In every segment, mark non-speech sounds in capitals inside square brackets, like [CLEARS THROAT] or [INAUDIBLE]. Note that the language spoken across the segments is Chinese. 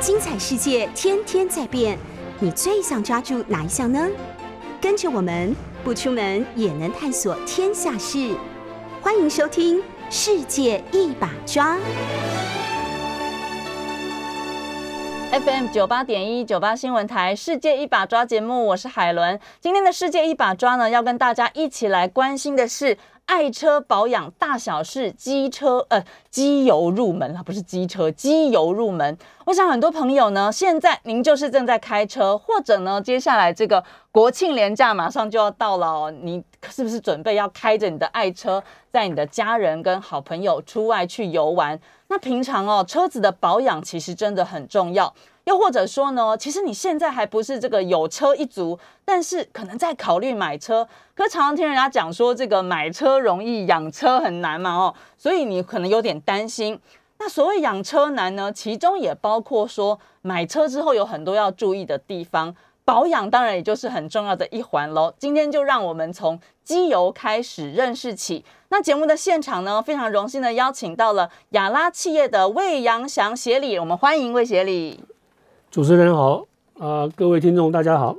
精彩世界天天在变，你最想抓住哪一项呢？跟着我们不出门也能探索天下事，欢迎收听《世界一把抓》。 FM 九八点一九八新闻台《世界一把抓》节目，我是海伦。今天的《世界一把抓》呢，要跟大家一起来关心的是爱车保养大小事，机车呃机油入门啊啦，不是机车，机油入门。我想很多朋友呢，现在您就是正在开车，或者呢，接下来这个国庆连假马上就要到了、哦，你是不是准备要开着你的爱车，带你的家人跟好朋友出外去游玩？那平常哦，车子的保养其实真的很重要。又或者说呢，其实你现在还不是这个有车一族，但是可能在考虑买车。可常常听人家讲说，这个买车容易，养车很难嘛，哦，所以你可能有点担心。那所谓养车难呢，其中也包括说买车之后有很多要注意的地方，保养当然也就是很重要的一环喽。今天就让我们从机油开始认识起。那节目的现场呢，非常荣幸的邀请到了雅拉企业的魏阳祥协理，我们欢迎魏协理。主持人好，啊、各位听众大家好。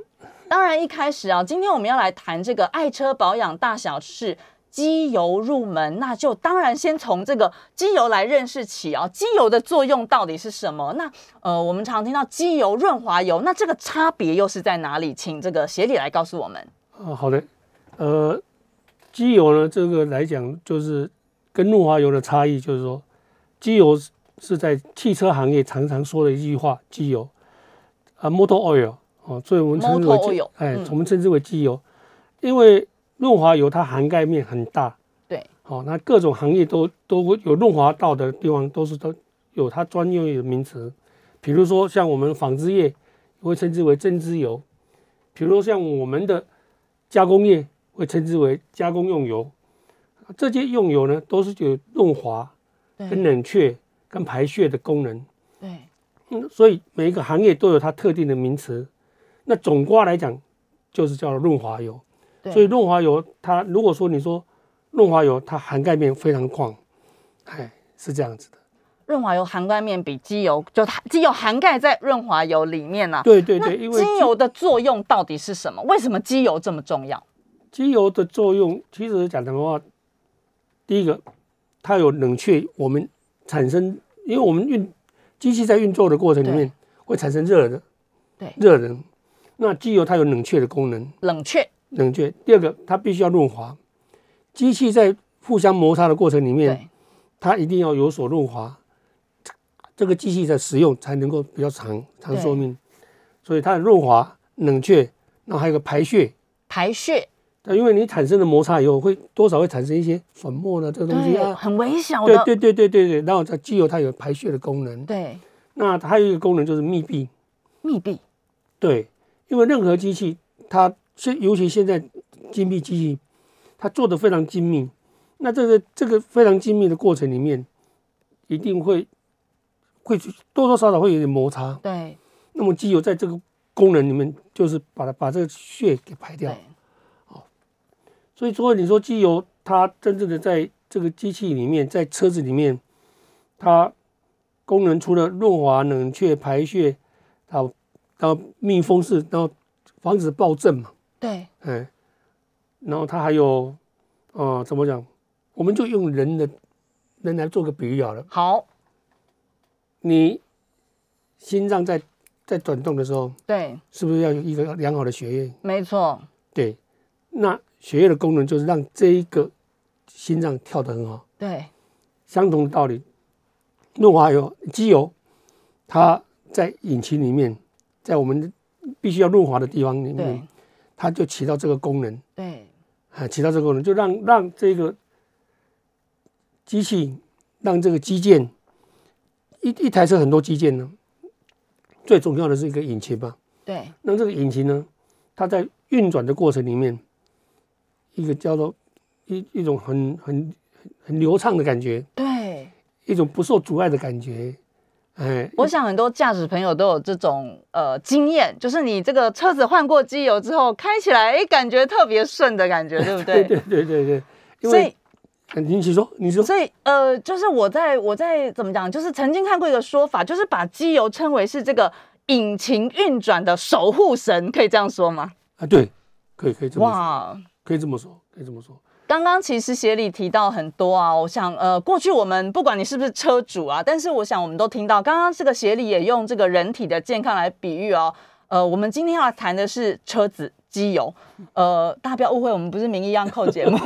当然，一开始啊，今天我们要来谈这个爱车保养大小事，机油入门，那就当然先从这个机油来认识起啊。机油的作用到底是什么？那呃，我们常听到机油、润滑油，那这个差别又是在哪里？请这个协理来告诉我们。啊、好的，呃，机油呢，这个来讲就是跟润滑油的差异，就是说，机油是是在汽车行业常常说的一句话，机油啊，motor oil 哦，所以我们称之为 Motor 机 oil，哎嗯，我们称之为机油，因为润滑油它涵盖面很大，对，好、那各种行业都都会有润滑道的地方，都是都有它专用的名词。比如说像我们纺织业会称之为针织油，比如说像我们的加工业会称之为加工用油。这些用油呢，都是有润滑、嗯跟冷却、跟排泄的功能。对，嗯，所以每一个行业都有它特定的名词。那总括来讲，就是叫做润滑油。对所以润滑油它如果说你说润滑油，它涵盖面非常广，哎，是这样子的。润滑油涵盖面比机油，就它机油涵盖在润滑油里面呢、啊。对对那对，因为机油的作用到底是什么？为什么机油这么重要？机油的作用，其实讲的话，第一个它有冷却，我们产生，因为我们运机器在运作的过程里面会产生热的，对热能。那机油它有冷却的功能，冷却，冷却。第二个，它必须要润滑。机器在互相摩擦的过程里面，对，它一定要有所润滑，这个机器的使用才能够比较长长寿命。所以它的润滑、冷却，那还有个排血，排血，那因为你产生了摩擦以后，会多少会产生一些粉末呢，这个东西对，啊。很微小对的，对对对对对，然后它机油它有排血的功能，对，那它还有一个功能就是密闭。密闭，对，因为任何机器，它现尤其现在精密机器，它做的非常精密。那这个这个非常精密的过程里面，一定会会去多多少少会有点摩擦。对那么机油在这个功能里面，就是把它把这个血给排掉对。，所以说，你说机油它真正的在这个机器里面，在车子里面，它功能除了润滑、冷却、排泄，然后然后密封式，然后防止暴震嘛，对，哎，然后它还有，呃，怎么讲？我们就用人的人来做个比喻好了。好，你心脏在在转动的时候，对，是不是要有一个良好的血液？没错，对，那血液的功能就是让这一个心脏跳得很好。对，相同的道理，润滑油、机油，它在引擎里面，在我们必须要润滑的地方里对面，，它就起到这个功能对，啊，起到这个功能，就让让这个机器，让这个机件，一一台车很多机件呢，最重要的是一个引擎吧。对，那这个引擎呢，它在运转的过程里面，一个叫做一一种很很很流畅的感觉，对。一种不受阻碍的感觉。哎，我想很多驾驶朋友都有这种呃经验，就是你这个车子换过机油 [LAUGHS] [LAUGHS] 之后，开起来，哎，感觉特别顺的感觉，对不对？对对对对，因所以为您请说，你说，所以呃，就是我在我在怎么讲，就是曾经看过一个说法，就是把机油称为是这个引擎运转的守护神，可以这样说吗？啊，对，可以可以这么说，哇，可以这么说，可以这么说，刚刚其实协理提到很多啊，我想呃，过去我们不管你是不是车主啊，但是我想我们都听到，刚刚这个协理也用这个人体的健康来比喻哦。呃，我们今天要谈的是车子机油，呃，大家不要误会，我们不是名医央叩节目，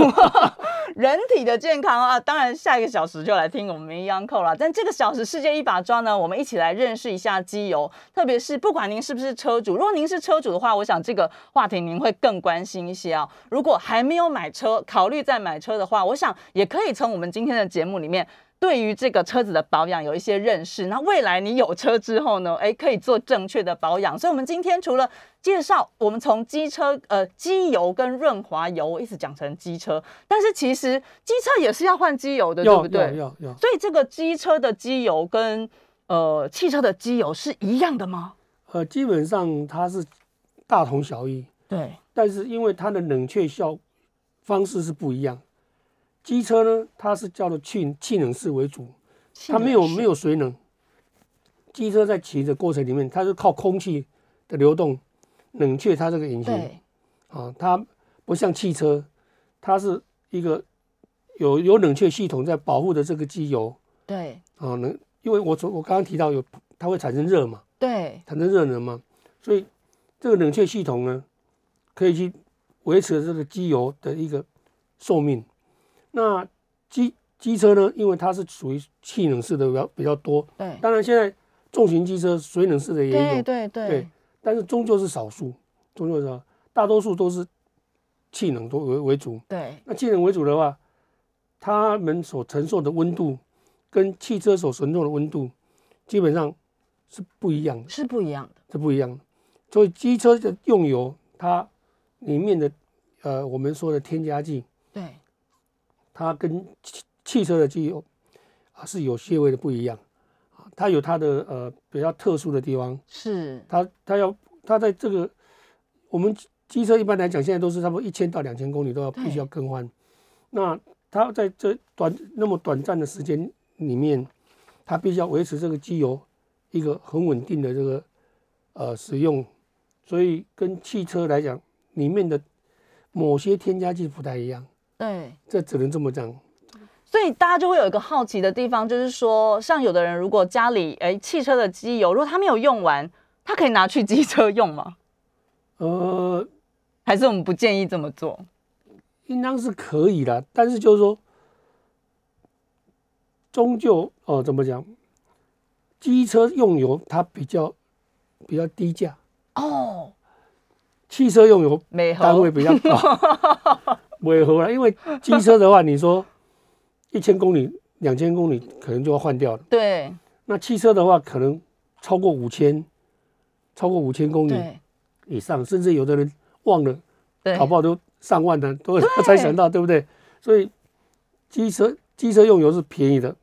人体的健康啊，当然下一个小时就来听我们名医央叩了。但这个小时世界一把抓呢，我们一起来认识一下机油，特别是不管您是不是车主，如果您是车主的话，我想这个话题您会更关心一些啊。如果还没有买车，考虑再买车的话，我想也可以从我们今天的节目里面。对于这个车子的保养有一些认识，那未来你有车之后呢，诶，可以做正确的保养。所以，我们今天除了介绍我们从机车呃机油跟润滑油，我一直讲成机车，但是其实机车也是要换机油的，对要不对？要要要，所以这个机车的机油跟呃汽车的机油是一样的吗？呃，基本上它是大同小异，对，但是因为它的冷却效方式是不一样，机车呢它是叫做气气冷式为主，它没有没有有水冷，机车在骑的过程里面，它是靠空气的流动冷却它这个引擎对啊，它不像汽车，它是一个有有冷却系统在保护的这个机油对啊，能因为我从我刚刚提到有它会产生热嘛，对产生热能嘛，所以这个冷却系统呢，可以去维持这个机油的一个寿命。那机机车呢，因为它是属于气冷式的比较比较多，对当然现在重型机车水冷式的也有，对对对对但是终究是少数，终究是少大多数都是气冷多为为主。对那气冷为主的话，他们所承受的温度跟汽车所承受的温度基本上是不一样的。是不一样的。这不一样。所以机车的用油，它里面的呃我们说的添加剂，对它跟汽汽车的机油啊是有些微的不一样啊，它有它的呃比较特殊的地方，是它它要它在这个我们机机车一般来讲现在都是差不多一千到两千公里都要对必须要更换，那它在这短那么短暂的时间里面，它必须要维持这个机油一个很稳定的这个呃使用，所以跟汽车来讲，里面的某些添加剂不太一样，对。这只能这么讲。所以大家就会有一个好奇的地方，就是说，像有的人如果家里哎汽车的机油，如果他没有用完，他可以拿去机车用吗？ [LAUGHS] 呃，还是我们不建议这么做？应当是可以的，但是就是说，终究哦、呃怎么讲？机车用油它比较比较低价，哦，汽车用油美单位猴比较高，违和了。因为机车的话，你说一千公里、两千公里可能就要换掉了，对那汽车的话可能超过五千，超过五千公里对以上，甚至有的人忘了。对，搞不好都上万的，都才想到，对不对？所以机车机车用油是便宜的，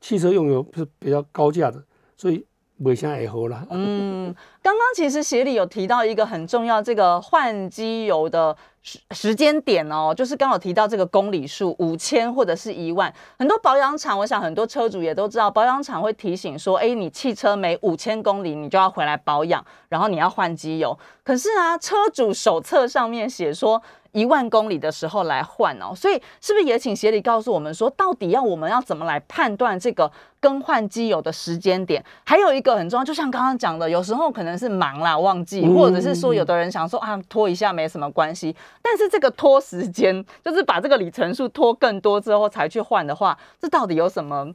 汽车用油是比较高价的，所以尾箱也好啦。嗯，刚刚其实协理有提到一个很重要，这个换机油的时时间点哦，就是刚好提到这个公里数五千或者是一万，很多保养厂，我想很多车主也都知道，保养厂会提醒说，哎，你汽车每五千公里你就要回来保养，然后你要换机油。可是啊，车主手册上面写说。一万公里的时候来换哦，所以是不是也请协理告诉我们说，到底要我们要怎么来判断这个更换机油的时间点？还有一个很重要，就像刚刚讲的，有时候可能是忙啦忘记，嗯或者是说有的人想说啊拖一下没什么关系，但是这个拖时间，就是把这个里程数拖更多之后才去换的话，这到底有什么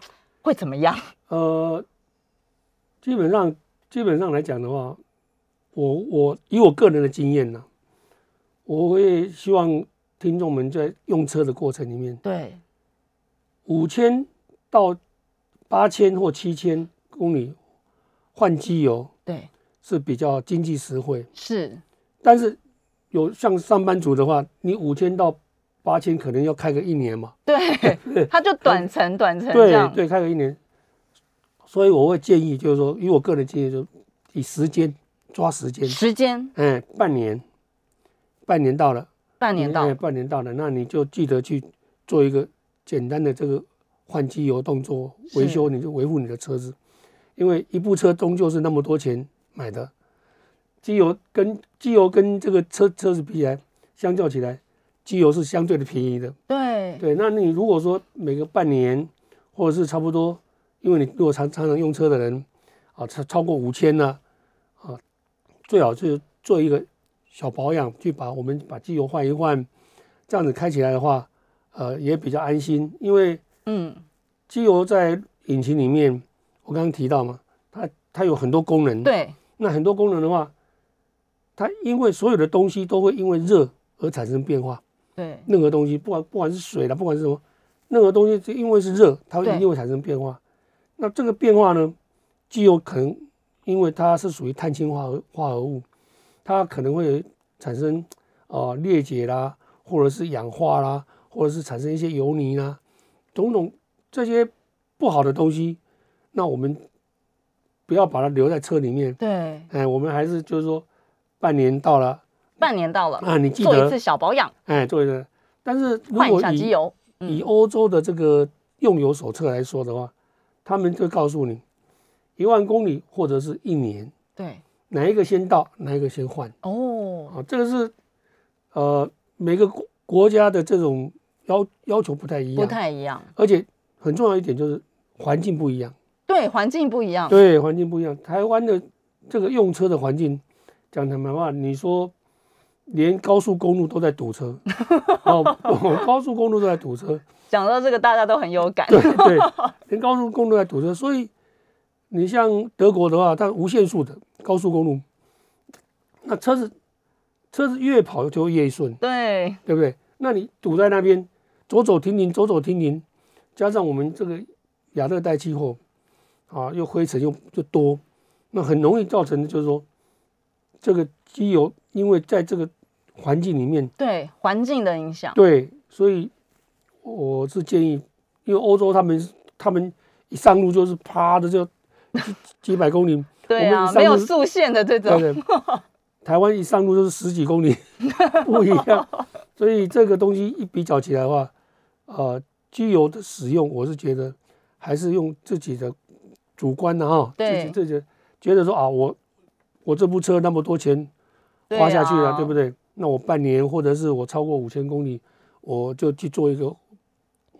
会怎么样？呃，基本上基本上来讲的话，我我以我个人的经验呢、我会希望听众们在用车的过程里面，对五千到八千或七千公里换机油对是比较经济实惠。是，但是有像上班族的话，你五千到八千可能要开个一年嘛，对， [LAUGHS] 它就短程短程这对样，对，开个一年。所以我会建议，就是说，以我个人建议，就以时间抓时间，时间哎，半年，半年到了，半年到哎，半年到了，那你就记得去做一个简单的这个换机油动作是维修，你就维护你的车子，因为一部车终究是那么多钱买的，机油跟机油跟这个车车子比起来，相较起来，机油是相对的便宜的。对，对，那你如果说每个半年或者是差不多，因为你如果常常常用车的人啊，超超过五千呢，啊，最好就是做一个小保养，去把我们把机油换一换，这样子开起来的话，呃，也比较安心，因为嗯，机油在引擎里面，我刚刚提到嘛，它它有很多功能，对，那很多功能的话，它因为所有的东西都会因为热而产生变化，对，任何东西，不管不管是水啦，不管是什么，任何东西，就因为是热，它对一定会产生变化。那这个变化呢，既有可能因为它是属于碳氢化合化合物，它可能会产生啊、呃裂解啦，或者是氧化啦，或者是产生一些油泥啦，种种这些不好的东西，那我们不要把它留在车里面。对，哎，我们还是就是说，半年到了半年到了，啊，你记做一次得小保养，哎，做一个。但是如换一果下以机油。嗯以欧洲的这个用油手册来说的话，他们就告诉你，一万公里或者是一年，对，哪一个先到，哪一个先换哦，啊。这个是呃每个国国家的这种要要求不太一不样，太一样，而且很重要一点就是环境不一样，对，环境不一样，对，环境不一样。台湾的这个用车的环境，讲坦白话，你说连高速公路都在 [LAUGHS] 堵车，哦，高速公路都在堵车。讲到这个大家都很有感， [LAUGHS] 对对，连高速公路在堵车，所以你像德国的话，它无限速的高速公路，那车子车子越跑就越顺，对，对不对？那你堵在那边，走走停停，走走停停，加上我们这个亚热带气候啊，又灰尘又就多，那很容易造成就是说，这个机油因为在这个环境里面，对，环境的影响，对，所以我是建议，因为欧洲他们他们一上路就是啪的就几几百公里，对我啊，们没有上次速限的 [LAUGHS] 这对啊不种，对？台湾一上路就是十几公里， [LAUGHS] 不一样。所以这个东西一比较起来的话，呃，机油的使用，我是觉得还是用自己的主观的哈，自对己自己觉得说啊，我我这部车那么多钱对花下去了，啊对不对？那我半年或者是我超过五千公里，我就去做一个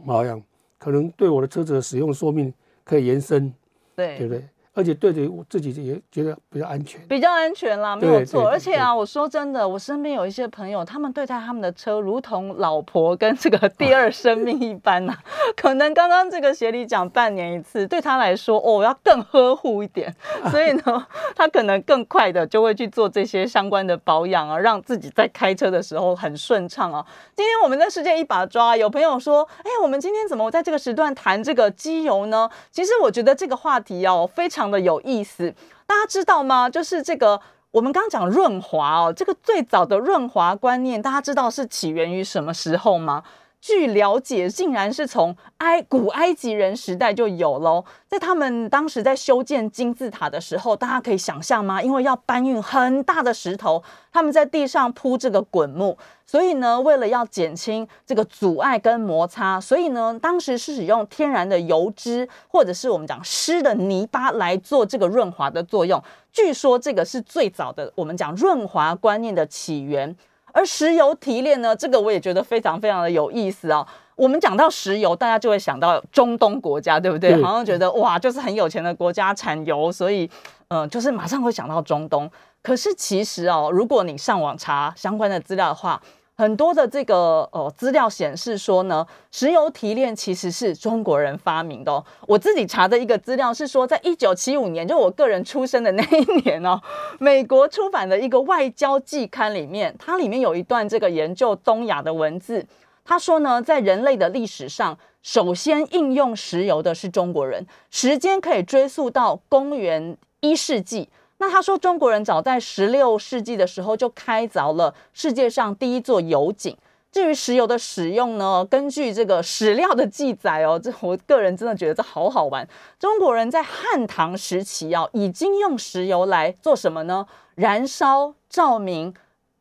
保养，可能对我的车子的使用寿命可以延伸，对对不，对？而且对着我自己也觉得比较安全。比较安全啦，没有对对错。对而且啊，我说真的，我身边有一些朋友，他们对待他们的车如同老婆跟这个第二生命一般 [LAUGHS] 呐、可能刚刚这个协理讲半年一次，对他来说，哦，我要更呵护一点，所以 [LAUGHS] 呢，他可能更快的就会去做这些相关的保养啊，让自己在开车的时候很顺畅啊。今天我们在世界一把抓，有朋友说，哎，我们今天怎么在这个时段谈这个机油呢？其实我觉得这个话题哦，非常的有意思。大家知道吗？就是这个。我们刚刚讲润滑哦，这个最早的润滑观念，大家知道是起源于什么时候吗？据了解，竟然是从埃古埃及人时代就有喽。在他们当时在修建金字塔的时候，大家可以想象吗？因为要搬运很大的石头，他们在地上铺这个滚木，所以呢，为了要减轻这个阻碍跟摩擦，所以呢，当时是使用天然的油脂或者是我们讲湿的泥巴来做这个润滑的作用。据说这个是最早的我们讲润滑观念的起源。而石油提炼呢，这个我也觉得非常非常的有意思啊。我们讲到石油，大家就会想到中东国家，对不对？嗯好像觉得哇，就是很有钱的国家产油，所以呃，就是马上会想到中东。可是其实哦，如果你上网查相关的资料的话，很多的这个呃资料显示说呢，石油提炼其实是中国人发明的、哦。我自己查的一个资料是说，在一九七五年，就我个人出生的那一年哦，美国出版的一个外交季刊里面，它里面有一段这个研究东亚的文字。他说呢，在人类的历史上，首先应用石油的是中国人，时间可以追溯到公元一世纪。那他说，中国人早在十六世纪的时候就开凿了世界上第一座油井。至于石油的使用呢，根据这个史料的记载哦，这我个人真的觉得这好好玩。中国人在汉唐时期啊，已经用石油来做什么呢？燃烧、照明，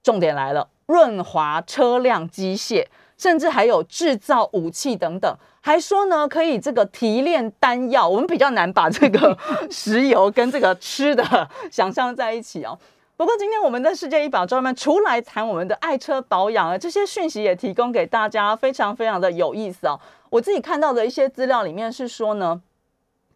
重点来了，润滑车辆机械。甚至还有制造武器等等，还说呢可以这个提炼丹药。我们比较难把这个 [LAUGHS] 石油跟这个吃的 [LAUGHS] 想象在一起哦。不过今天我们在世界一把专门除来谈我们的爱车保养啊，这些讯息也提供给大家，非常非常的有意思哦。我自己看到的一些资料里面是说呢，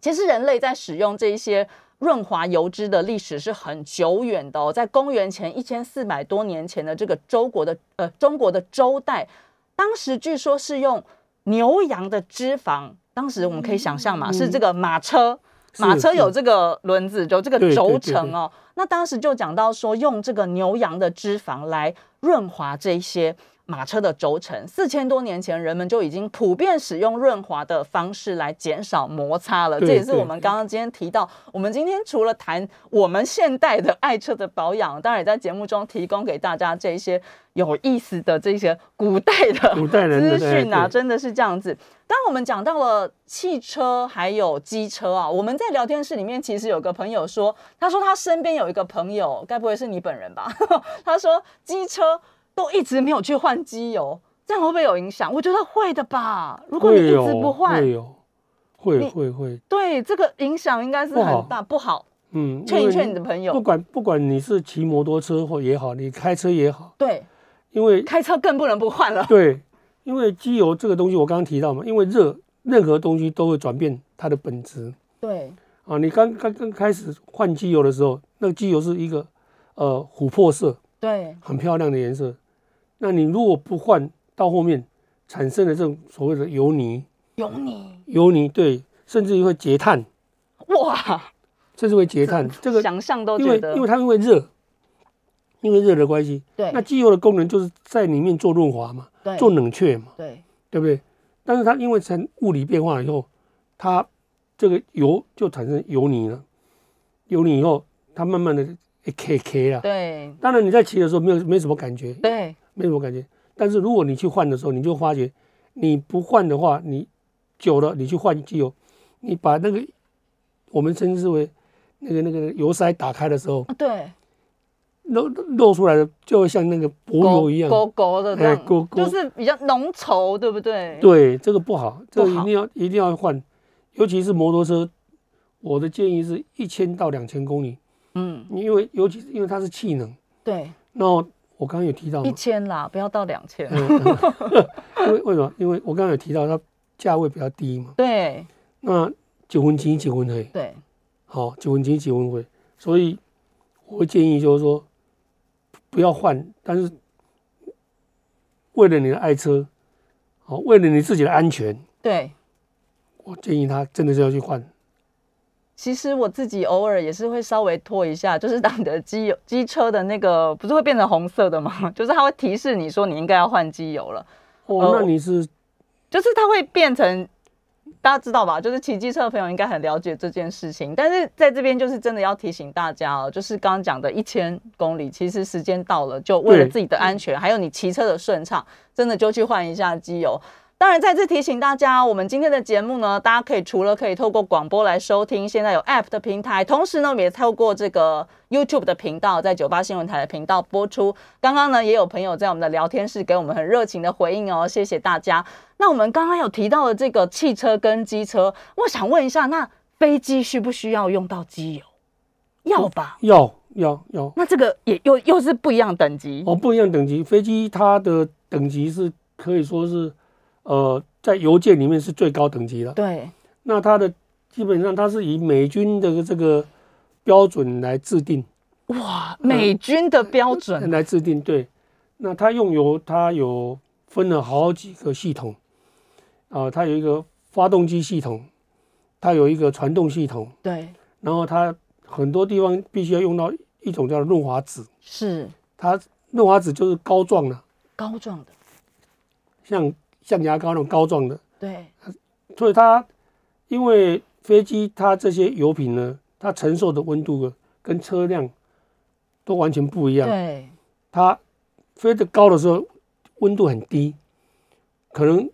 其实人类在使用这一些润滑油脂的历史是很久远的哦，在公元前一千四百多年前的这个周国的呃中国的周代，当时据说是用牛羊的脂肪，当时我们可以想象嘛，是这个马车。嗯是马车有这个轮子，有这个对对轴对承哦。那当时就讲到说，用这个牛羊的脂肪来润滑这一些马车的轴承。四千多年前，人们就已经普遍使用润滑的方式来减少摩擦了。这对也是对我们刚刚今天提到，我们今天除了谈我们现代的爱车的保养，当然也在节目中提供给大家这一些有意思的这些古代的古代人的资讯啊，哎对真的是这样子。当我们讲到了汽车还有机车啊，我们在聊天室里面其实有个朋友说，他说他身边有一个朋友，该不会是你本人吧？ [LAUGHS] 他说机车都一直没有去换机油，这样会不会有影响？我觉得会的吧。如果你一会有哦直不换会，有会你会会，对这个影响应该是不好很大，不好。嗯，劝因一为劝你的朋不友，管不管你是骑摩托车或也好，你开车也好，对，因为开车更不能不换 [LAUGHS] 了。对，因为机油这个东西我刚刚提到嘛，因为热，任何东西都会转变它的本质对，啊。你刚刚刚开始换机油的时候，那个机油是一个呃琥珀色，对，很漂亮的颜色。那你如果不换，到后面产生的这种所谓的油泥，有你油泥对，甚至于会结碳，哇，甚至会结碳。这个想象都因觉为得因为它因为热，因为热的关系，对那机油的功能就是在里面做润滑嘛，对做冷却嘛。对对不对？但是它因为成物理变化了以后，它这个油就产生油泥了，油泥以后它慢慢的 K K 啊。 [LAUGHS] 对当然你在骑的时候没有没什么感觉，对没什么感觉。但是如果你去换的时候，你就发觉你不换的话，你久了你去换机油，你把那个我们称之为那个那个油塞打开的时候，啊对，漏漏出来的就会像那个薄油一样。勾勾的这哎样，勾勾就是比较浓稠，对不对？对，这个不好，这个哎不一好定要一定要换，尤其是摩托车，我的建议是一千到两千公里，嗯，因为尤其是因为它是气能，对，那我刚刚有提到一嘛，千啦，不要到两千。嗯因为为什么？因为我刚刚有提到它价位比较低嘛，对那九分钱九分黑，对，好，九分钱九分灰，所以我会建议就是说不要换，但是为了你的爱车，好，为了你自己的安全，对，我建议他真的是要去换。其实我自己偶尔也是会稍微拖一下，就是当你的机油机车的那个不是会变成红色的吗？ [LAUGHS] 就是它会提示你说你应该要换机油了，哦，哦那你是就是它会变成。大家知道吧？就是骑机车的朋友应该很了解这件事情，但是在这边就是真的要提醒大家哦，就是刚刚讲的一千公里，其实时间到了，就为了对自己的安全，还有你骑车的顺畅，真的就去换一下机油。当然，再次提醒大家，我们今天的节目呢，大家可以除了可以透过广播来收听，现在有 App 的平台，同时呢，我们也透过这个 YouTube 的频道，在九八新闻台的频道播出。刚刚呢，也有朋友在我们的聊天室给我们很热情的回应哦，谢谢大家。那我们刚刚有提到的这个汽车跟机车，我想问一下，那飞机需不需要用到机油？要吧？要要要那这个也又又是不一样等级哦，不一样等级。飞机它的等级是可以说是，呃，在邮件里面是最高等级了。对那它的基本上它是以美军的这个标准来制定，哇，美军的标准来制定。对，那它用油它有分了好几个系统，啊、它有一个发动机系统，它有一个传动系统，对然后它很多地方必须要用到一种叫润滑脂，是它润滑脂就是膏状的。膏状的，像象牙膏那种膏状的，对所以它因为飞机它这些油品呢，它承受的温度跟车辆都完全不一样。对它飞得高的时候温度很低，可能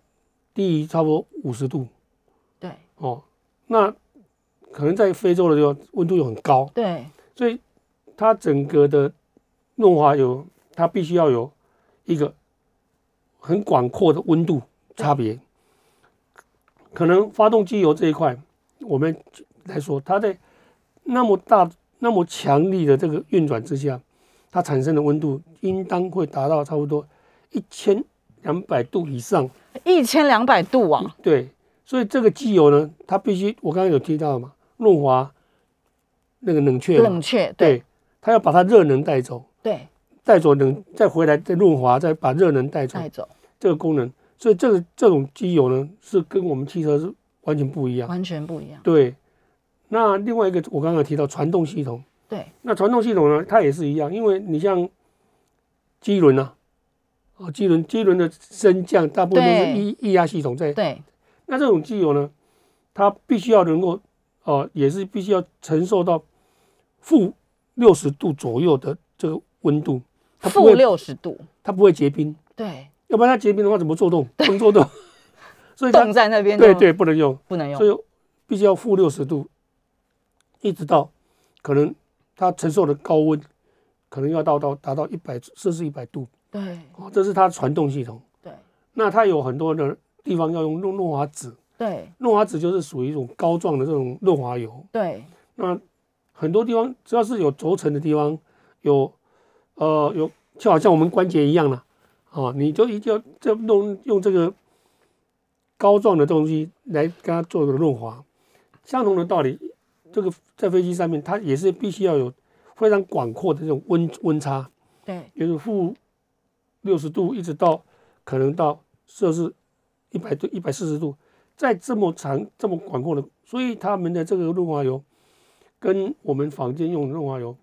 低于差不多五十度对哦。那可能在非洲的地方温度又很高，对所以它整个的润滑油它必须要有一个很广阔的温度差别。可能发动机油这一块，我们来说，它在那么大、那么强力的这个运转之下，它产生的温度应当会达到差不多一千两百度以上。一千两百度啊，对，所以这个机油呢，它必须我刚刚有提到嘛，润滑那个冷却嘛，冷却，对对，它要把它热能带走，对，带走冷再回来再润滑，再把热能带走带走，这个功能。所以这个这种机油呢，是跟我们汽车是完全不一样。完全不一样，对，那另外一个我刚刚有提到传动系统，对，那传动系统呢，它也是一样，因为你像机轮啊，哦，机轮机轮的升降大部分都是对液液压系统在对，那这种机油呢，它必须要能够，呃，也是必须要承受到负六十度左右的这个温度，它不负会六十度，它不会结冰，对，要不然它结冰的话怎么 [LAUGHS] 做动？不能做动，所以它冻在那边，对，对不能用，不能用所，以必须要负六十度，一直到可能它承受的高温，可能要到到达到一百摄氏一百度，对哦，这是它传动系统。对那它有很多的地方要用润润滑脂。对润滑脂就是属于一种膏状的这种润滑油。对，那很多地方只要是有轴承的地方，有呃有，就好像我们关节一样啦，啊，你就一定要这用用这个膏状的东西来跟它做一个润滑。相同的道理，这个在飞机上面，它也是必须要有非常广阔的这种温温差，对也就是负六十度一直到可能到摄氏一百度、一百四十度，在这么长、这么广阔的，所以他们的这个润滑油跟我们房间用的润滑油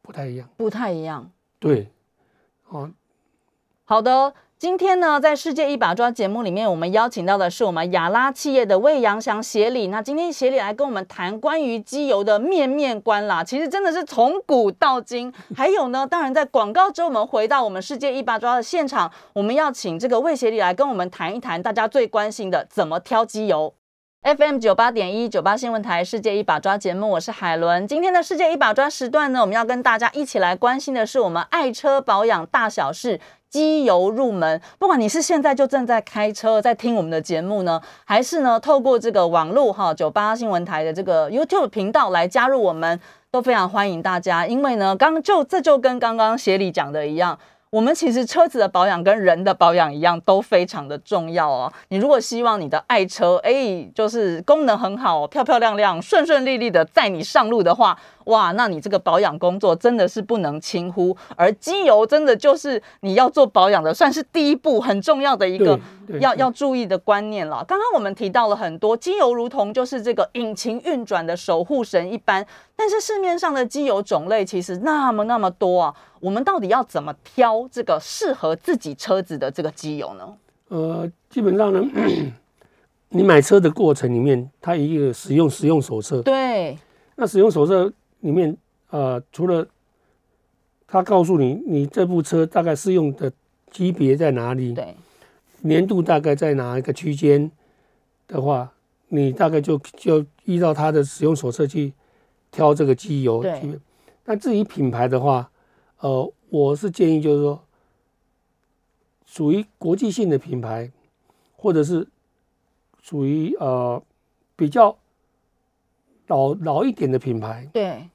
不太一样。不太一样。对，啊，好的，今天呢，在世界一把抓节目里面，我们邀请到的是我们雅拉企业的魏阳祥协理。那今天协理来跟我们谈关于机油的面面观啦，其实真的是从古到今。还有呢，当然在广告之后，我们回到我们世界一把抓的现场，我们要请这个魏协理来跟我们谈一谈大家最关心的怎么挑机油。FM 九八点一九八新闻台《世界一把抓》节目，我是海伦。今天的《世界一把抓》时段呢，我们要跟大家一起来关心的是我们爱车保养大小事。机油入门，不管你是现在就正在开车在听我们的节目呢，还是呢透过这个网络哈九八新闻台的这个 YouTube 频道来加入我们，都非常欢迎大家。因为呢，刚就这就跟刚刚协理讲的一样，我们其实车子的保养跟人的保养一样，都非常的重要哦。你如果希望你的爱车，哎，就是功能很好、漂漂亮亮、顺顺利利的载你上路的话，哇，那你这个保养工作真的是不能轻忽。而机油真的就是你要做保养的，算是第一步很重要的一个对对要对要注意的观念了。刚刚我们提到了很多，机油如同就是这个引擎运转的守护神一般，但是市面上的机油种类其实那么那么多啊，我们到底要怎么挑这个适合自己车子的这个机油呢？呃，基本上呢，你买车的过程里面，它有一个使用使用手册。对那使用手册里面，呃，除了它告诉你你这部车大概适用的级别在哪里，对年度大概在哪一个区间的话，你大概就就依照它的使用手册去挑这个机油对。那至于品牌的话，呃，我是建议就是说，属于国际性的品牌，或者是属于呃比较老老一点的品牌，对，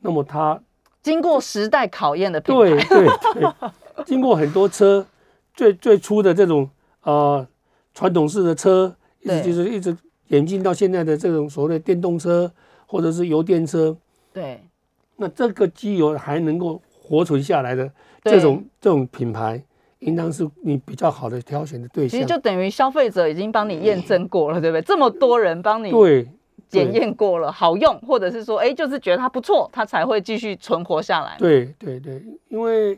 那么它经过时代考验的品牌， [LAUGHS] 对对对，经过很多车，最最初的这种呃传统式的车，一对直就是一直演进到现在的这种所谓的电动车或者是油电车，对那这个机油还能够活存下来的对这种这种品牌，应当是你比较好的挑选的对其象实。就等于消费者已经帮你验证过了，对不对？这么多人帮你对检验过了，好用，或者是说，哎，就是觉得它不错，它才会继续存活下来。对对对，因为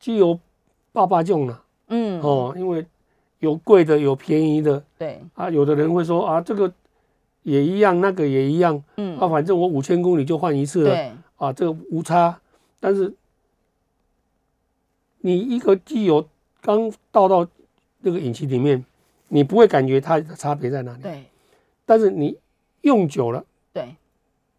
机油爸爸用了、嗯，哦，因为有贵的有便宜的，对，啊，有的人会说啊，这个也一样，那个也一样嗯，啊，反正我五千公里就换一次了对啊，这个无差。但是你一个机油刚倒到那个引擎里面，你不会感觉它的差别在哪里，对但是你用久了，对，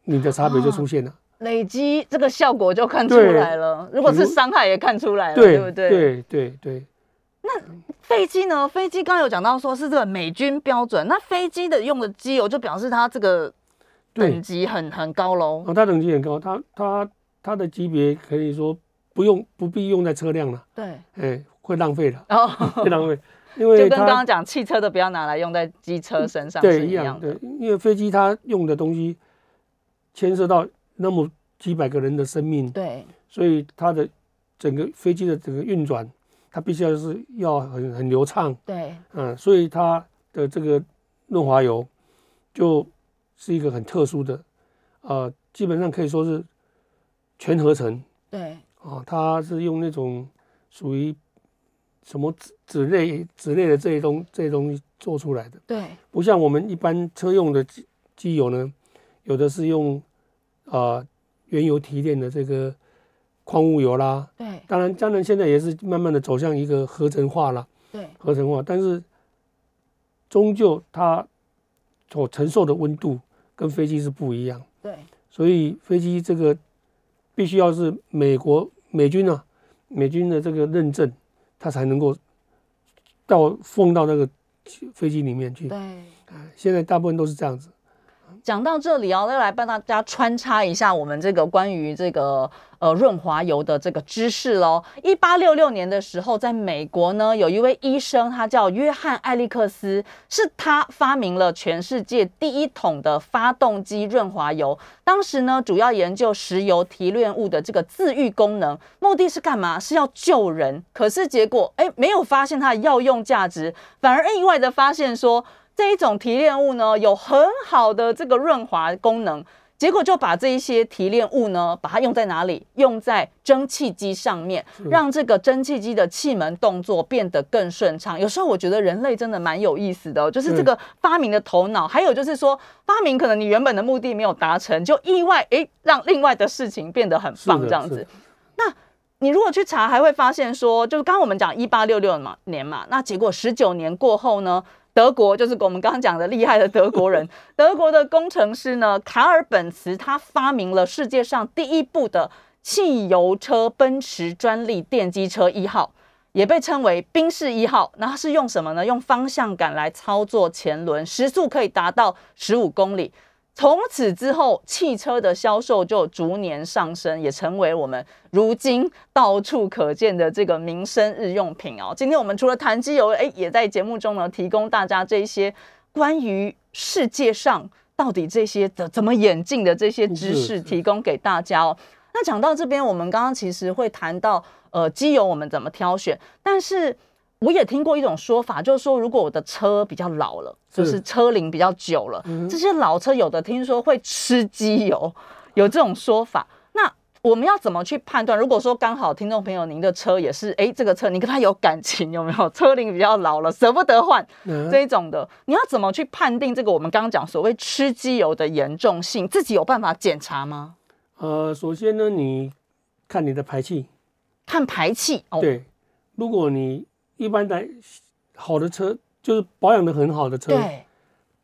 你的差别就啊出现了。累积这个效果就看出对来了。如果是比如伤害也看出来了，对对不对？对对对飞机呢？飞机刚刚有讲到说是这个美军标准，那飞机的用的机油就表示它这个等对，级很很高喽。哦，它等级很高，它它它的级别可以说不用不必用在车辆了，对，哎，会浪费的，然会后浪费，哦因就为跟刚它刚讲汽车的不要拿来用在机车身上对是一一样样对的。，因为飞机它用的东西牵涉到那么几百个人的生命，对，所以它的整个飞机的整个运转，它必须要是要很很流畅，对，嗯，所以它的这个润滑油就是一个很特殊的，呃，基本上可以说是全合成对，啊、它是用那种属于什么脂脂类脂类的这一东这些东西做出来的，对，不像我们一般车用的机机油呢，有的是用呃原油提炼的这个矿物油啦，对，当然，当然现在也是慢慢的走向一个合成化了，对，合成化，但是终究它所承受的温度跟飞机是不一样，对，所以飞机这个必须要是美国美军啊，美军的这个认证，它才能够到放到那个飞机里面去。对。现在大部分都是这样子。讲到这里哦，要来帮大家穿插一下我们这个关于这个呃润滑油的这个知识喽。一八六六年的时候，在美国呢，有一位医生，他叫约翰·艾利克斯，是他发明了全世界第一桶的发动机润滑油。当时呢，主要研究石油提炼物的这个自愈功能，目的是干嘛？是要救人。可是结果，哎，没有发现它的药用价值，反而意外的发现说，这一种提炼物呢，有很好的这个润滑功能。结果就把这一些提炼物呢，把它用在哪里？用在蒸汽机上面，让这个蒸汽机的气门动作变得更顺畅。有时候我觉得人类真的蛮有意思的、哦，就是这个发明的头脑，还有就是说发明可能你原本的目的没有达成，就意外诶让另外的事情变得很是棒的这样是子的。你如果去查，还会发现说，就是刚刚我们讲一八六六嘛年嘛，那结果十九年过后呢，德国就是我们刚刚讲的厉害的德国人， [LAUGHS] 德国的工程师呢卡尔本茨，他发明了世界上第一部的汽油车奔驰专利电机车一号。也被称为宾士一号，那它是用什么呢？用方向感来操作前轮，时速可以达到十五公里。从此之后，汽车的销售就逐年上升，也成为我们如今到处可见的这个民生日用品哦。今天我们除了谈机油，哎，也在节目中呢提供大家这些关于世界上到底这些怎怎么演进的这些知是识，是提供给大家哦。那讲到这边，我们刚刚其实会谈到呃机油我们怎么挑选，但是我也听过一种说法，就是说如果我的车比较老了，就是是车龄比较久了，嗯这些老车有的听说会吃机油，有这种说法。那我们要怎么去判断？如果说刚好听众朋友您的车也是，哎，这个车你跟他有感情有没有？车龄比较老了，舍不得换嗯这一种的，你要怎么去判定这个我们刚刚讲所谓吃机油的严重性？自己有办法检查吗？呃，首先呢，你看你的排气，看排气哦，对，如果你一般来好的车，就是保养的很好的车，对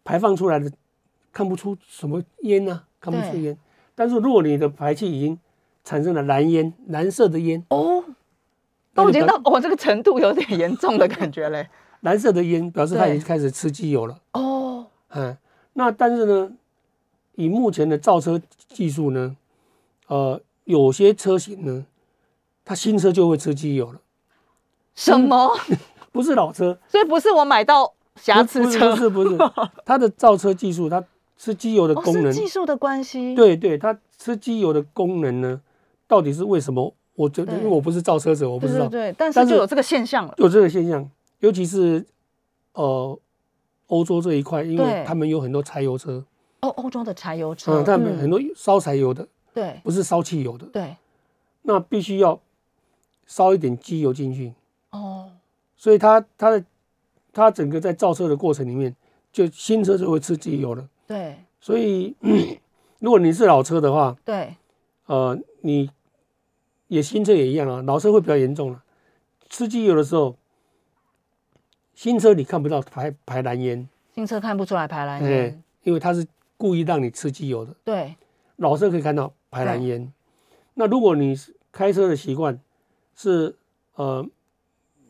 排放出来的看不出什么烟啊，看不出对烟。但是如果你的排气已经产生了蓝烟，蓝色的烟，哦，那都就已经表到我、这个程度有点严重的感觉嘞。蓝色的烟表示它对已经开始吃机油了。 [LAUGHS] 哦，嗯，那但是呢，以目前的造车技术呢，呃，有些车型呢，它新车就会吃机油了，什么？不是老车，嗯 [LAUGHS] 所以不是我买到瑕疵不是车，不是不是， [LAUGHS] 它的造车技术，它吃机油的哦，功能是，技术的关系。对对，它吃机油的功能呢，到底是为什么？我觉得，对因为我不是造车者，我不对知道对对，但是但是就有这个现象了。有这个现象，尤其是呃欧洲这一块，因对为他们有很多柴油车，哦，欧洲的柴油车，嗯，他们很嗯多烧柴油的，对不是烧汽油的，对那必须要烧一点机油进去，哦，所以它它的它整个在造车的过程里面，就新车就会吃机油了。对所以 [CLEARS THROAT] 如果你是老车的话，对呃，你也新车也一样啊，老车会比较严重了、吃机油的时候，新车你看不到排排蓝烟，新车看不出来排蓝哎、烟，因为它是故意让你吃机油的。对老车可以看到排蓝烟。那如果你是开车的习惯是呃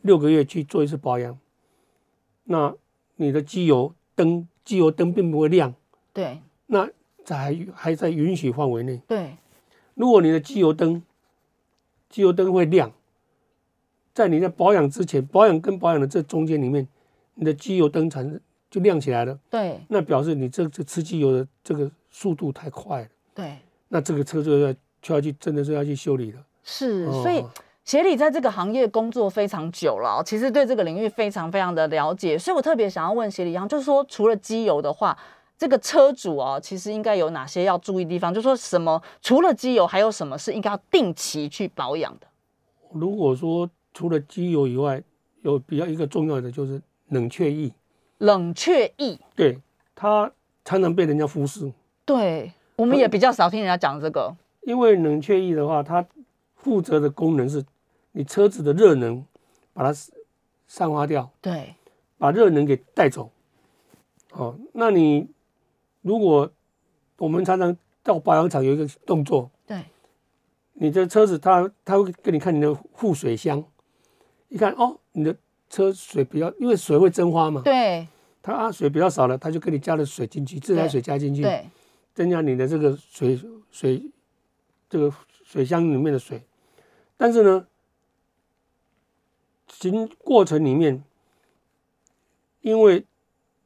六个月去做一次保养，那你的机油灯机油灯并不会亮，对那在还还在允许范围内。对，如果你的机油灯，机油灯会亮，在你在保养之前，保养跟保养的这中间里面，你的机油灯产生就亮起来了，对那表示你这这吃机油的这个速度太快了，对那这个车就要就要去真的是要去修理了。是，哦所以协理在这个行业工作非常久了哦，其实对这个领域非常非常的了解，所以我特别想要问协理一样，就是说除了机油的话，这个车主哦，其实应该有哪些要注意的地方？就说什么除了机油，还有什么是应该要定期去保养的？如果说除了机油以外，有比较一个重要的就是冷却液，冷却液，对它常常被人家忽视，对我们也比较少听人家讲这个，因为冷却液的话，它负责的功能是你车子的热能把它散发掉，对把热能给带走。哦，那你如果我们常常到保养厂有一个动作，对你的车子它它会给你看你的护水箱，一看哦，你的车水比较，因为水会蒸发嘛，对它啊水比较少了，它就给你加了水进去，自来对水加进去，对增加你的这个水水这个水箱里面的水，但是呢，行过程里面，因为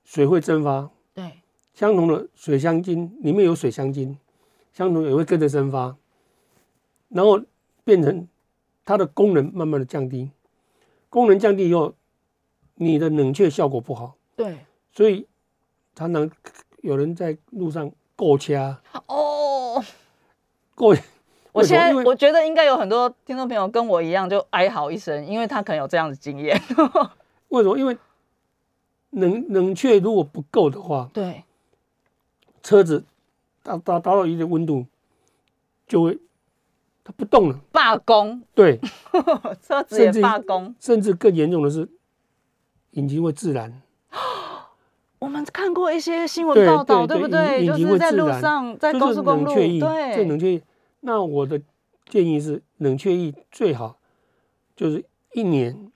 水会蒸发，对相同的水香精里面有水香精，相同也会跟着蒸发，然后变成它的功能慢慢的降低，功能降低以后，你的冷却效果不好，对，所以常常有人在路上够掐。哦。够。我为什现么在因为我觉得应该有很多听众朋友跟我一样，就哀嚎一声，因为他可能有这样的经验。为什么？因为冷冷却如果不够的话，对车子达达达到一定温度，就会它不动了。罢工，对， [LAUGHS] 车子也甚至罢工。甚至更严重的是，引擎会自燃。我们看过一些新闻对报道，对不对对？引就引擎是会在自路燃上，在这高是速公冷路，却液，这对冷却液。那我的建议是，冷却液最好就是一年，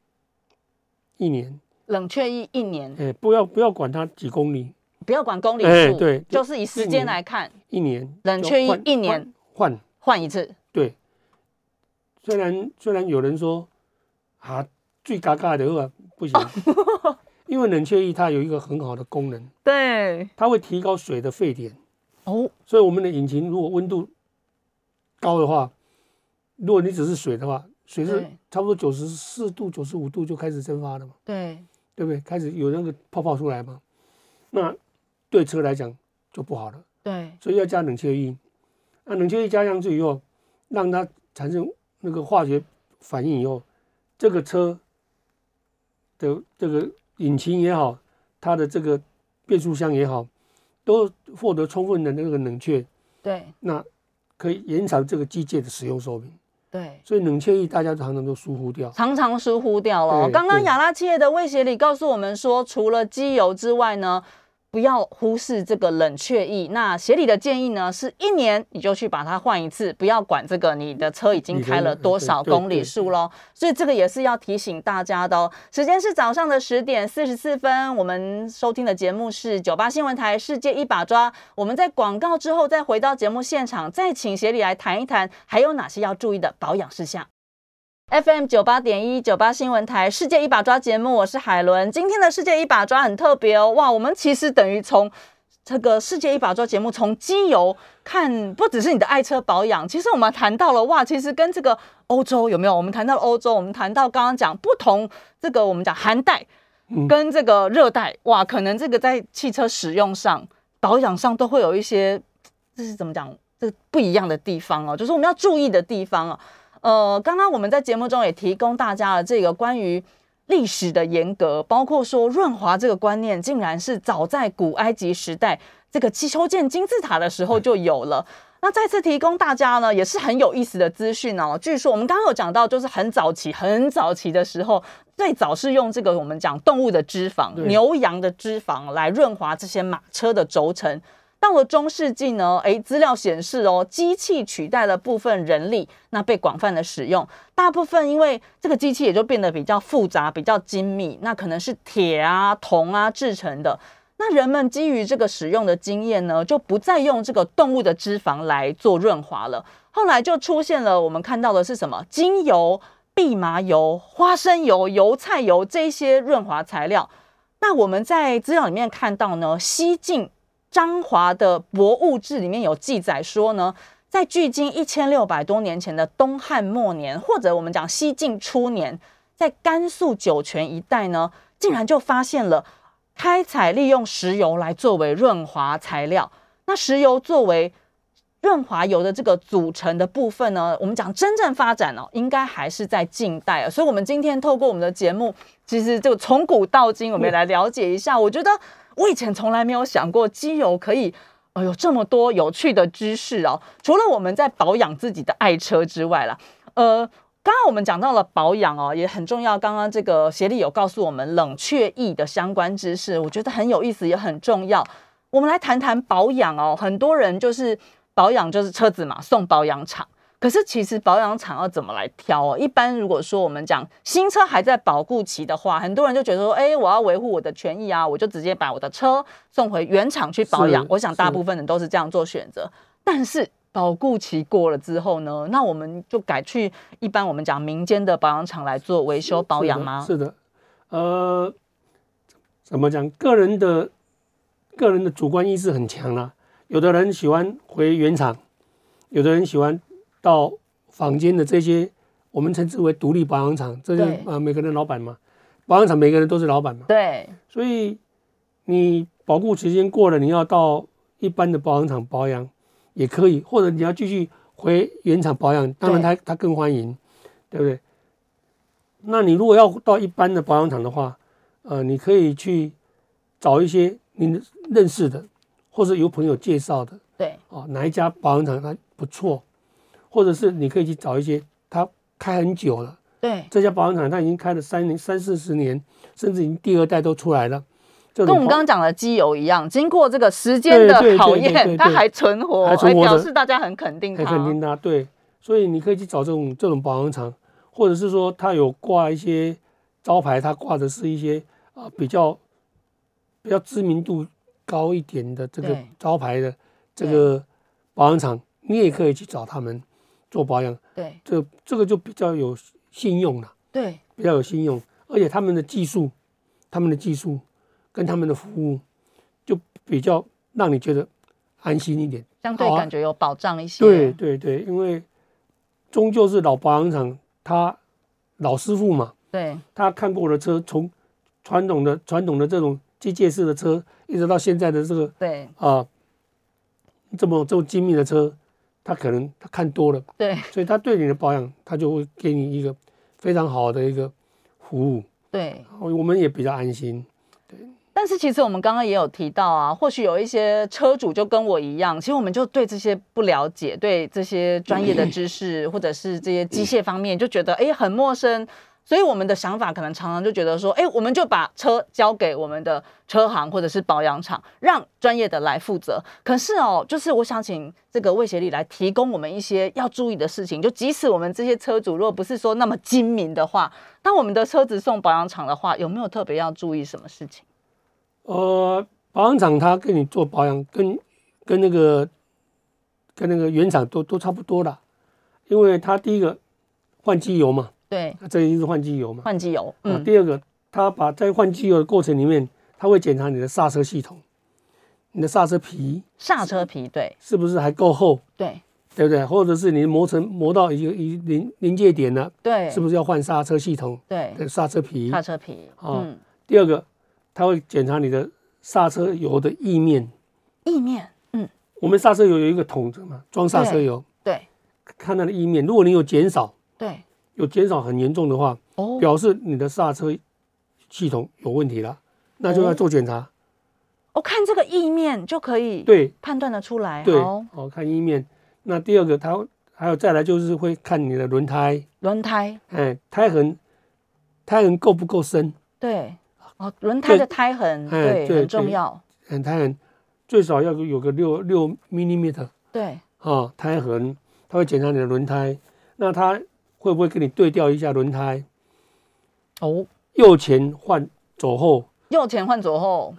一年，冷却液一年，哎、不要不要管它几公里，不要管公里哎数，对就就是以时间来看，一年冷就却液换一年换换换一次。对，虽然虽然有人说啊，最嘎嘎的话不行，因为冷却液它有一个很好的功能，对，它会提高水的沸点，哦，所以我们的引擎如果温度高的话，如果你只是水的话，水是对差不多九十四度、九十五度就开始蒸发了嘛，对对不对？开始有那个泡泡出来嘛，那对车来讲就不好了。对所以要加冷却液。那冷却液加上去以后，让它产生那个化学反应以后，这个车的这个引擎也好，它的这个变速箱也好，都获得充分的那个冷却，对那可以延长这个机械的使用寿命。对。所以冷却液大家常常都疏忽掉。常常疏忽掉了哦。对刚刚对雅拉企业的威胁里告诉我们说，除了机油之外呢，不要忽视这个冷却液。那协理的建议呢，是一年你就去把它换一次，不要管这个你的车已经开了多少公里数喽。所以这个也是要提醒大家的哦。时间是早上的十点四十四分，我们收听的节目是九八新闻台《世界一把抓》。我们在广告之后再回到节目现场，再请协理来谈一谈还有哪些要注意的保养事项。FM 九八点一九八新闻台《世界一把抓》节目，我是海伦。今天的《世界一把抓》很特别哦，哇，我们其实等于从这个《世界一把抓》节目，从机油看，不只是你的爱车保养，其实我们谈到了哇，其实跟这个欧洲有没有？我们谈到了欧洲，我们谈到刚刚讲不同这个我们讲寒带嗯跟这个热带，哇，可能这个在汽车使用上、保养上都会有一些，这是怎么讲？这不一样的地方哦，就是我们要注意的地方哦。呃，刚刚我们在节目中也提供大家了这个关于历史的严格，包括说润滑这个观念，竟然是早在古埃及时代这个修建金字塔的时候就有了。那再次提供大家呢，也是很有意思的资讯哦。据说我们刚刚有讲到，就是很早期、很早期的时候，最早是用这个我们讲动物的脂肪、对牛羊的脂肪来润滑这些马车的轴承。到了中世纪呢，诶，资料显示哦，机器取代了部分人力，那被广泛的使用。大部分因为这个机器也就变得比较复杂、比较精密，那可能是铁啊、铜啊制成的。那人们基于这个使用的经验呢，就不再用这个动物的脂肪来做润滑了。后来就出现了我们看到的是什么精油、蓖麻油、花生油、油菜油这些润滑材料。那我们在资料里面看到呢，西晋张华的《博物志》里面有记载说呢，在距今一千六百多年前的东汉末年，或者我们讲西晋初年，在甘肃酒泉一带呢，竟然就发现了。开采利用石油来作为润滑材料，那石油作为润滑油的这个组成的部分呢，我们讲真正发展哦，应该还是在近代啊。所以，我们今天透过我们的节目，其实就从古到今，我们也来了解一下。我觉得我以前从来没有想过机油可以。哎呦，这么多有趣的知识哦！除了我们在保养自己的爱车之外啦，呃，刚刚我们讲到了保养哦，也很重要。刚刚这个协力有告诉我们冷却液的相关知识，我觉得很有意思，也很重要。我们来谈谈保养哦，很多人就是保养就是车子嘛，送保养厂。可是其实保养厂要怎么来挑哦？一般如果说我们讲新车还在保固期的话，很多人就觉得说，哎，我要维护我的权益啊，我就直接把我的车送回原厂去保养是。我想大是部分人都是这样做选择。但是保固期过了之后呢，那我们就改去一般我们讲民间的保养厂来做维修保养吗？是的，是的呃，怎么讲？个人的个人的主观意识很强啦、有的人喜欢回原厂，有的人喜欢到坊间的这些我们称之为独立保养厂，这些对啊、呃每个人老板嘛，保养厂每个人都是老板嘛，对，所以你保护期间过了，你要到一般的保养厂保养也可以，或者你要继续回原厂保养，当然他他更欢迎，对不对？那你如果要到一般的保养厂的话，呃，你可以去找一些你认识的，或者由朋友介绍的，对，哦，哪一家保养厂它不错，或者是你可以去找一些它开很久了。对，这家保养厂它已经开了三年、三四十年，甚至已经第二代都出来了。这跟种我们刚刚讲的机油一样，经过这个时间对的对对考对验，对它对还存活，还存哎活表着示大家很肯定还它。肯定它对，所以你可以去找这种这种保养厂，或者是说它有挂一些招牌，它挂的是一些啊、比较比较知名度高一点的这个对招牌的这个保养厂，你也可以去找他们做保养，对这这个就比较有信用了。对比较有信用，而且他们的技术、他们的技术跟他们的服务，就比较让你觉得安心一点。相对好啊感觉有保障一些。对对对，因为终究是老保养厂，他老师傅嘛，对他看过的车，从传统的传统的这种机械式的车，一直到现在的这个对啊、这么这么精密的车，他可能他看多了，对所以他对你的保养，他就会给你一个非常好的一个服务。对。哦我们也比较安心。但是其实我们刚刚也有提到啊，或许有一些车主就跟我一样，其实我们就对这些不了解，对这些专业的知识或者是这些机械方面就觉得哎很陌生，所以我们的想法可能常常就觉得说，哎，我们就把车交给我们的车行或者是保养厂，让专业的来负责。可是哦，就是我想请这个魏协理来提供我们一些要注意的事情，就即使我们这些车主如果不是说那么精明的话，当我们的车子送保养厂的话，有没有特别要注意什么事情？呃，保养厂他跟你做保养，跟跟那个跟那个原厂都都差不多啦，因为他第一个换机油嘛，对，这一定是换机油嘛。换机油，啊，嗯，第二个，他把在换机油的过程里面，他会检查你的刹车系统，你的刹车皮刹车皮，对是不是还够厚，对对不对？或者是你磨成磨到一个一临临界点了，对，是不是要换刹车系统对的刹车皮？刹车皮，哦嗯，第二个，他会检查你的刹车油的液面。意面，嗯，我们刹车油有一个桶子嘛，装刹车油，对看它的液面。如果你有减少，对，有减少很严重的话，哦，表示你的刹车系统有问题了，那就要做检哦查。我看这个意面就可以对判断的出来，对，好，哦，看液面。那第二个，它还有再来就是会看你的轮胎，轮胎，哎，胎痕，胎痕够不够深？对，哦，轮胎的对胎痕，哎对，对很重对要，嗯，胎痕最少要有个六六 millimeter 对，啊胎痕，它会检查你的轮胎，那它会不会跟你对调一下轮胎， [LAUGHS] 哦，右前换左后，右前换左后，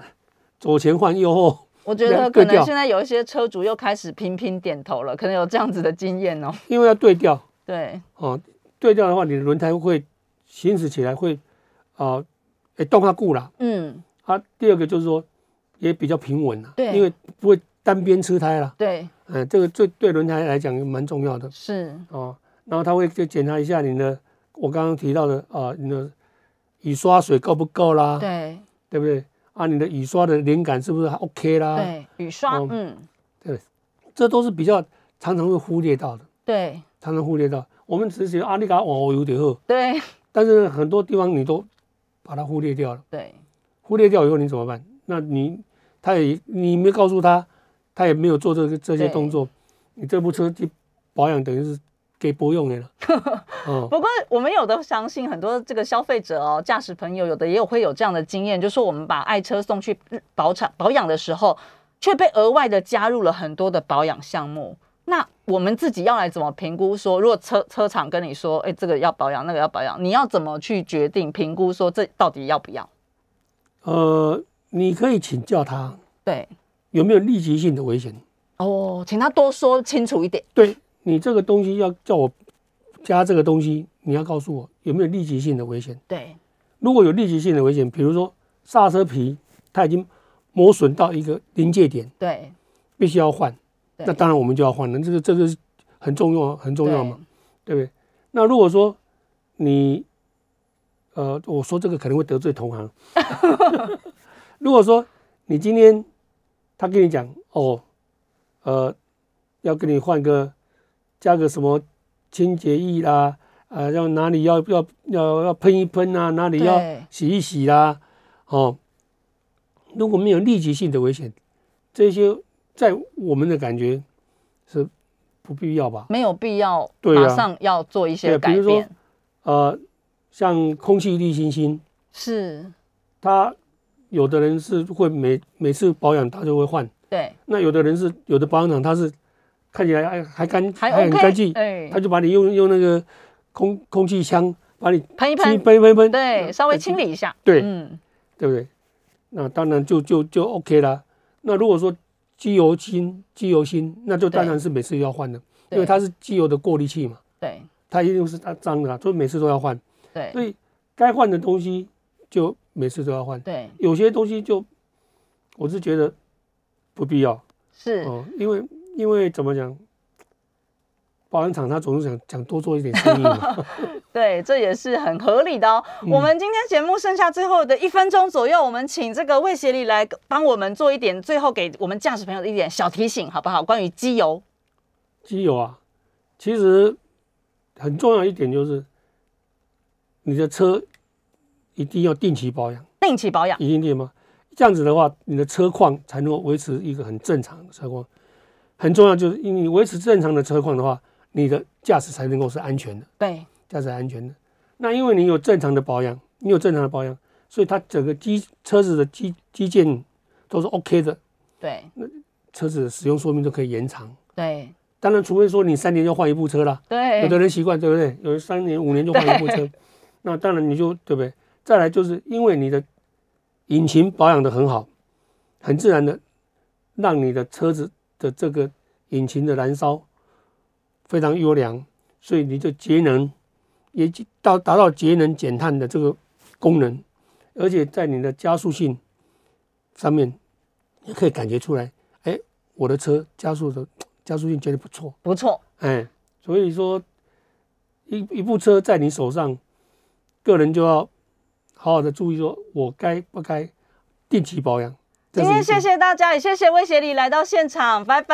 左前换右后？我觉得两可个能调现在有一些车主又开始频频点头了，可能有这样子的经验哦。因为要对调对，哦，对调的话，你的轮胎会行驶起来会啊，诶、动它固啦。嗯，啊，第二个就是说也比较平稳啦，对因为不会单边吃胎啦。对，嗯、这个对对轮胎来讲蛮重要的是，哦。然后它会就检查一下你的，我刚刚提到的啊、你的雨刷水够不够啦，对对不对？啊，你的雨刷的连感是不是还 OK 啦？对，雨刷哦，嗯，这都是比较常常会忽略到的。对常常忽略到。我们只是觉得啊，你给它往后有点厚，对但是很多地方你都把它忽略掉了。对，忽略掉以后你怎么办？那你他也你没告诉他，他也没有做这个这些对动作，你这部车就保养等于是给不 [LAUGHS] 用的了。哦，不过我们有的相信很多这个消费者哦，驾驶朋友有的也有会有这样的经验，就是我们把爱车送去日保厂保养的时候，却被额外的加入了很多的保养项目。那我们自己要来怎么评估说，如果车车厂跟你说，哎，这个要保养，那个要保养，你要怎么去决定评估说这到底要不要？呃，你可以请教他对，有没有立即性的危险。哦，请他多说清楚一点。对你这个东西要叫我加这个东西，你要告诉我有没有立即性的危险。对，如果有立即性的危险，比如说刹车皮它已经磨损到一个临界点，对，必须要换，对那当然我们就要换了。这个这个是很重要，很重要对嘛，对不对？那如果说你，呃，我说这个可能会得罪同行。 [LAUGHS] 如果说你今天他跟你讲哦，呃，要跟你换个加个什么清洁液啦，啊，要哪里要要要要喷一喷啊，哪里要对洗一洗啦，哦，如果没有立即性的危险，这些在我们的感觉是不必要吧？没有必要对马啊上要做一些对比改如说变。呃，像空气滤清芯，是，它有的人是会每每次保养它就会换，对，那有的人是有的保养厂它是看起来还还干还很 OK，干净，哎他就把你用用那个空空气枪把你喷一去喷，喷一喷喷，对，稍微清理一下。对嗯，对不对？那当然就就就 OK 啦。那如果说机油芯机油芯，那就当然是每次要换的，因为它是机油的过滤器嘛，对它一定是它脏的啦，所以每次都要换。对所以该换的东西就每次都要换，对有些东西就我是觉得不必要是，哦、因为因为怎么讲，保养厂他总是想想多做一点生意嘛，对，这也是很合理的哦。嗯我们今天节目剩下最后的一分钟左右，我们请这个魏协理来帮我们做一点，最后给我们驾驶朋友的一点小提醒，好不好？关于机油，机油啊，其实很重要一点就是你的车一定要定期保养，定期保养。一定定吗？这样子的话，你的车况才能够维持一个很正常的车况。很重要就是，你维持正常的车况的话，你的驾驶才能够是安全的。对驾驶安全的。那因为你有正常的保养，你有正常的保养，所以它整个机车子的机机件都是 OK 的，对车子的使用寿命都可以延长。对当然，除非说你三年就换一部车啦，有的对人习惯，对不对？有人三年、五年就换一部车，那当然你就对不对？再来就是因为你的引擎保养的很好，很自然的让你的车子的这个引擎的燃烧非常优良，所以你就节能也就到达到节能减碳的这个功能，而且在你的加速性上面也可以感觉出来，哎，我的车加速的加速性觉得不错。不错，哎，所以说一一部车在你手上，个人就要好好的注意，说我该不该定期保养。这今是天一定谢谢大家，也谢谢魏协理来到现场，拜拜。